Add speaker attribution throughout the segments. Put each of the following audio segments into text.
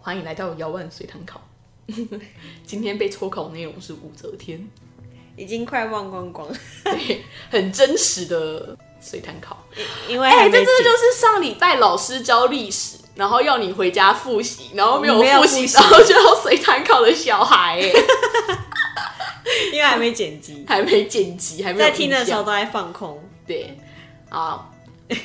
Speaker 1: 欢迎来到姚万随堂考。 今天被抽考内容是武则天，
Speaker 2: 已经快忘光光，
Speaker 1: 对，很真实的随堂考。
Speaker 2: 因为
Speaker 1: 哎、
Speaker 2: 还没
Speaker 1: 这真的
Speaker 2: 解
Speaker 1: 就是上礼拜老师教历史，然后要你回家复习，然后没有
Speaker 2: 没有
Speaker 1: 复
Speaker 2: 复
Speaker 1: 习，
Speaker 2: 习
Speaker 1: 然后就要随堂考的小 孩、哎，
Speaker 2: 因为还没剪辑，
Speaker 1: 还没剪辑，还没有
Speaker 2: 在听的时候
Speaker 1: 印象，
Speaker 2: 都在放空。
Speaker 1: 对，啊，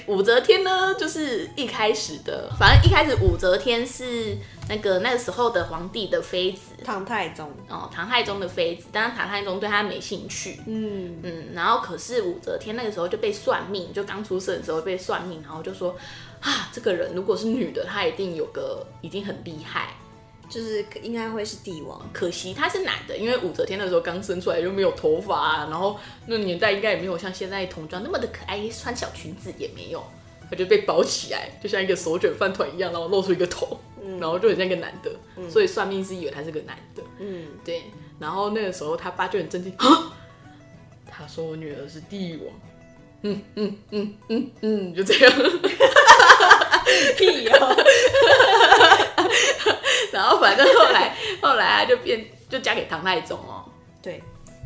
Speaker 1: 武则天呢，就是一开始的，反正一开始武则天是那个那个时候的皇帝的妃子，
Speaker 2: 唐太宗，
Speaker 1: 哦，唐太宗的妃子，但是唐太宗对她没兴趣。
Speaker 2: 嗯，
Speaker 1: 嗯，然后可是武则天那个时候就被算命，就刚出生的时候被算命，然后就说啊，这个人如果是女的，她一定有个一定很厉害。
Speaker 2: 就是应该会是帝王，
Speaker 1: 可惜她是男的，因为武则天那时候刚生出来就没有头发、啊，然后那年代应该也没有像现在童装那么的可爱，穿小裙子也没有，她就被包起来，就像一个手卷饭团一样，然后露出一个头，然后就很像一个男的，所以算命师以为他是个男的。
Speaker 2: 嗯，
Speaker 1: 对，然后那个时候他爸就很震惊，啊，他说我女儿是帝王，嗯嗯嗯嗯嗯，就这样。
Speaker 2: 屁哦，
Speaker 1: 然后反正后来后来他就变就嫁给唐太宗哦，
Speaker 2: 对，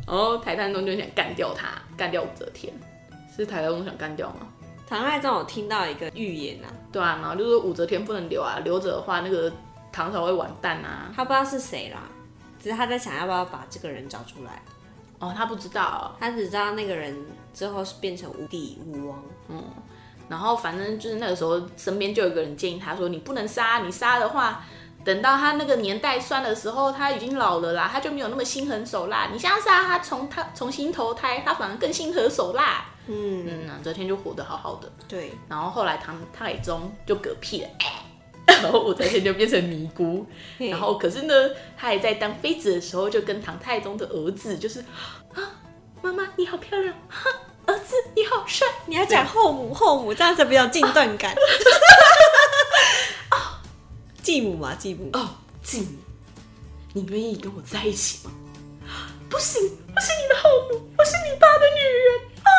Speaker 1: 然后唐太宗就想干掉他，干掉武则天，是唐太宗想干掉吗？
Speaker 2: 唐太宗有听到一个预言啊，
Speaker 1: 对啊，然后就说武则天不能留啊，留着的话那个唐朝会完蛋啊。
Speaker 2: 他不知道是谁啦，只是他在想要不要把这个人找出来，
Speaker 1: 哦，他不知道啊、
Speaker 2: 他只知道那个人之后是变成无帝武王，
Speaker 1: 然后反正就是那个时候，身边就有一个人建议他说：“你不能杀，你杀的话，等到他那个年代算的时候，他已经老了啦，他就没有那么心狠手辣。你现在杀他，从他重新投胎，他反而更心狠手辣。”
Speaker 2: 嗯，
Speaker 1: 嗯，那昨天就活得好好的。
Speaker 2: 对，
Speaker 1: 然后后来唐太宗就嗝屁了，哎然后武则天就变成尼姑。
Speaker 2: 嘿
Speaker 1: 然后可是呢，她还在当妃子的时候，就跟唐太宗的儿子就是啊，妈妈你好漂亮，啊儿子你好帅，
Speaker 2: 你要讲后母后母，这样才比较近段 感。哦继母嘛，继母，
Speaker 1: 哦，静怡，你愿意跟我在一起吗？不行，我是你的后母，我是你爸的女人，哦，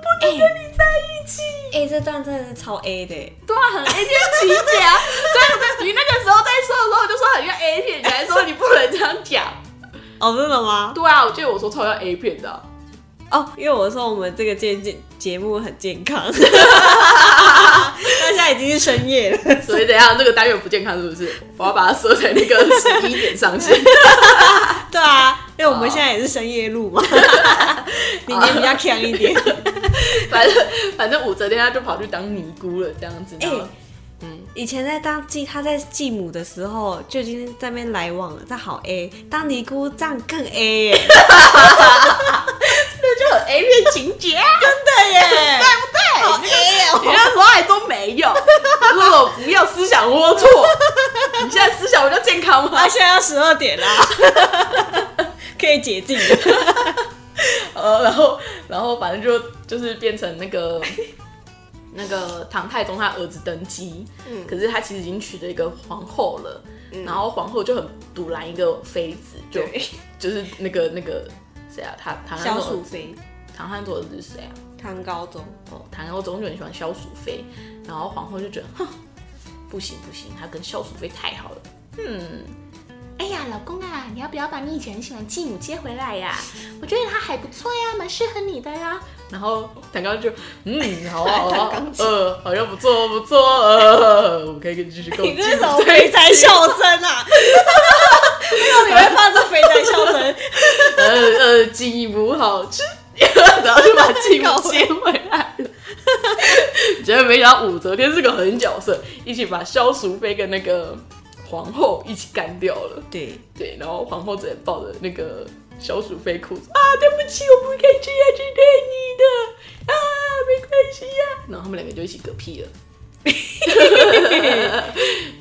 Speaker 1: 不能跟你在一起。
Speaker 2: 哎、这段真的是超 A 的耶，
Speaker 1: 对啊，很 A 片情节啊！对对，你那个时候在说的时候，我就说很像 A 片，你还说你不能这样讲。
Speaker 2: 哦，真的吗？
Speaker 1: 对啊，我记得我说超像 A 片 的啊、
Speaker 2: 哦，因为我说我们这个健健节目很健康，大家已经是深夜了，
Speaker 1: 所以等一下这个单元不健康是不是？我要把它设在那个十一点上线。
Speaker 2: 对啊，因为我们现在也是深夜录 嘛，你年比较强一点，
Speaker 1: 反正反正武则天她就跑去当尼姑了，这样子。
Speaker 2: 哎
Speaker 1: 然后
Speaker 2: 以前在当继他在继母的时候就已经在那边来往了，这好 A，当尼姑这样更 A 耶，
Speaker 1: 这就很 A 片情节、 啊。
Speaker 2: 真的耶，
Speaker 1: 对，
Speaker 2: 好 A 哦。
Speaker 1: 你那时候还都没有，我说我不要思想龌龊，你现在思想比较健康吗
Speaker 2: 啊，？现在要十二点啦， 可以解禁了。
Speaker 1: 呃，然后然后反正就就是变成那个那个唐太宗他儿子登基，
Speaker 2: 嗯
Speaker 1: 可是他其实已经娶了一个皇后了，然后皇后就很独揽一个妃子，就
Speaker 2: 对
Speaker 1: 就是那个那个谁啊，他唐汉
Speaker 2: 萧
Speaker 1: 宗
Speaker 2: 淑
Speaker 1: 的
Speaker 2: 妃，
Speaker 1: 唐汉宗的儿子是谁啊？
Speaker 2: 唐高宗，
Speaker 1: 哦，唐高宗就很喜欢萧淑妃，然后皇后就觉得，哼，不行不行，她跟萧淑妃太好了，嗯。哎呀，老公啊，你要不要把你以前很喜欢继母接回来呀、我觉得她还不错呀，蛮适合你的呀。然后唐高宗就，嗯，好啊，好
Speaker 2: 弹
Speaker 1: 啊
Speaker 2: 钢，琴
Speaker 1: 呃，好像不错不错，呃，我可以继续跟我
Speaker 2: 你
Speaker 1: 继
Speaker 2: 这是什么
Speaker 1: 母在
Speaker 2: 肥宅笑声啊？为什么你会发出肥宅笑声？
Speaker 1: 呃呃，继母好吃，然后就把继母接回来了。结果没想到武则天是个狠角色，一起把萧淑妃跟那个皇后一起干掉了。
Speaker 2: 对，
Speaker 1: 对，然后皇后只能抱着那个萧淑妃哭啊，对不起，我不该这样去对你的啊，没关系呀、然后他们两个就一起嗝屁了。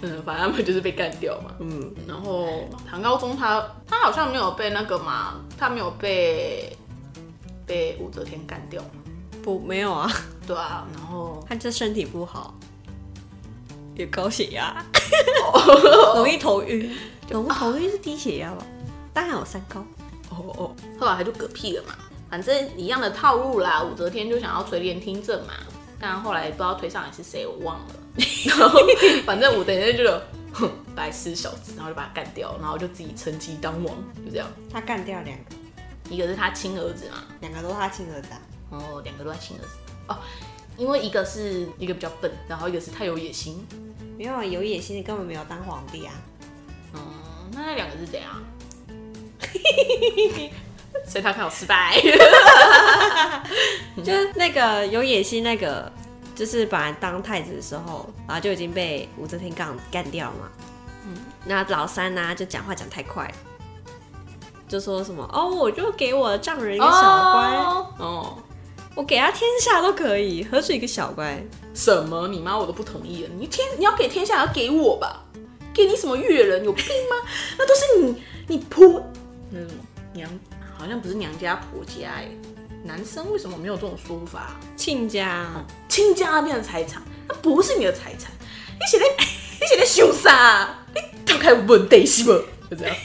Speaker 1: 嗯，反正他们就是被干掉嘛。
Speaker 2: 嗯，
Speaker 1: 然后唐高宗他他好像没有被那个嘛，他没有被被武则天干掉嘛，
Speaker 2: 不，没有啊，
Speaker 1: 对啊，然后
Speaker 2: 他这身体不好，有高血压，容易头晕，容头晕是低血压吧？当然有三高，
Speaker 1: 哦哦，后来他就嗝屁了嘛，反正一样的套路啦，武则天就想要垂帘听政嘛， 但后来不知道推上来是谁，我忘了，然后反正武则天就觉得哼，白痴小子，然后就把他干掉，然后就自己称鸡当王，就这样。
Speaker 2: 他干掉两个，
Speaker 1: 一个是他亲儿子嘛，
Speaker 2: 两个都是他亲儿子、啊。
Speaker 1: 然后两个都在亲儿子哦，因为一个是一个比较笨，然后一个是太有野心。
Speaker 2: 没有啊有野心的根本没有当皇帝啊！
Speaker 1: 嗯，那那两个是怎样？ 所以他看我失 败。
Speaker 2: 就是那个有野心那个，就是本来当太子的时候，然后就已经被武则天干干掉嘛。嗯，那老三呢、就讲话讲太快了，就说什么哦，我就给我丈人一个小官，
Speaker 1: 哦哦，
Speaker 2: 我给他天下都可以，何止一个小官？
Speaker 1: 什么？你妈我都不同意了。你天，你要给天下，要给我吧？给你什么越人？有病吗？那都是你你婆，嗯，娘好像不是娘家婆家哎、男生为什么没有这种说法、
Speaker 2: 亲家，
Speaker 1: 亲家那边的财产，那不是你的财产。你写的，你写的羞啥？啊你打开问题是不？就这样，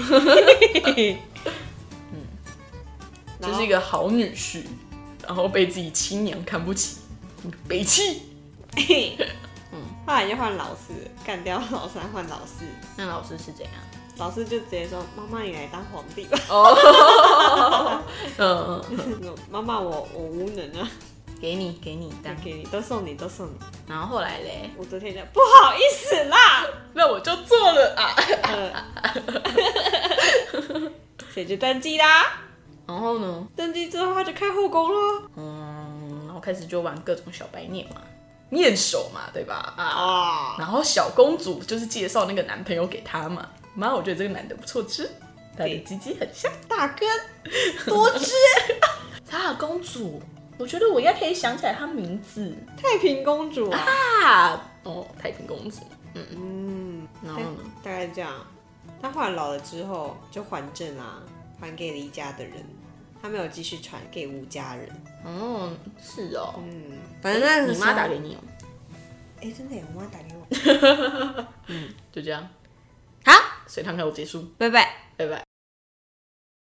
Speaker 2: 然
Speaker 1: 就
Speaker 2: 后
Speaker 1: 是一个好女婿，然后被自己亲娘看不起，北气。
Speaker 2: 后来就换老四，干掉老三换老四，
Speaker 1: 那老师是怎 样？
Speaker 2: 老四就直接说：“妈妈，你来当皇帝吧。
Speaker 1: 哦 嗯，嗯”
Speaker 2: 妈妈，我我无能啊，
Speaker 1: 给你，给你当。
Speaker 2: 给你，都送你，都送你。
Speaker 1: 然后后来嘞，
Speaker 2: 武则天就不好意思啦， 呃
Speaker 1: 那我就做了啊。
Speaker 2: 所以就登基啦。
Speaker 1: 然后呢？
Speaker 2: 登基之后，他就开后宫咯。
Speaker 1: 嗯，然后开始就玩各种小白念嘛，念手嘛，对吧？啊。
Speaker 2: 啊，
Speaker 1: 然后小公主就是介绍那个男朋友给她嘛，妈，我觉得这个男的不错吃，他的鸡鸡很像。
Speaker 2: 大哥多汁，
Speaker 1: 塔尔公主，我觉得我应该可以想起来她名字
Speaker 2: 太平公主啊，
Speaker 1: 啊，哦，太平公主。
Speaker 2: 嗯，
Speaker 1: 然
Speaker 2: 大
Speaker 1: 后呢？
Speaker 2: 大概这样。他换老了之后就还政啦，还给黎家的人，他没有继续传给吴家人。
Speaker 1: 哦，是哦，
Speaker 2: 嗯，反正那个
Speaker 1: 你
Speaker 2: 时候
Speaker 1: 妈打给你哦，
Speaker 2: 哎、真的耶，我妈打给我。
Speaker 1: 就这样，
Speaker 2: 好，
Speaker 1: 随堂考结束，
Speaker 2: 拜拜。
Speaker 1: 拜拜。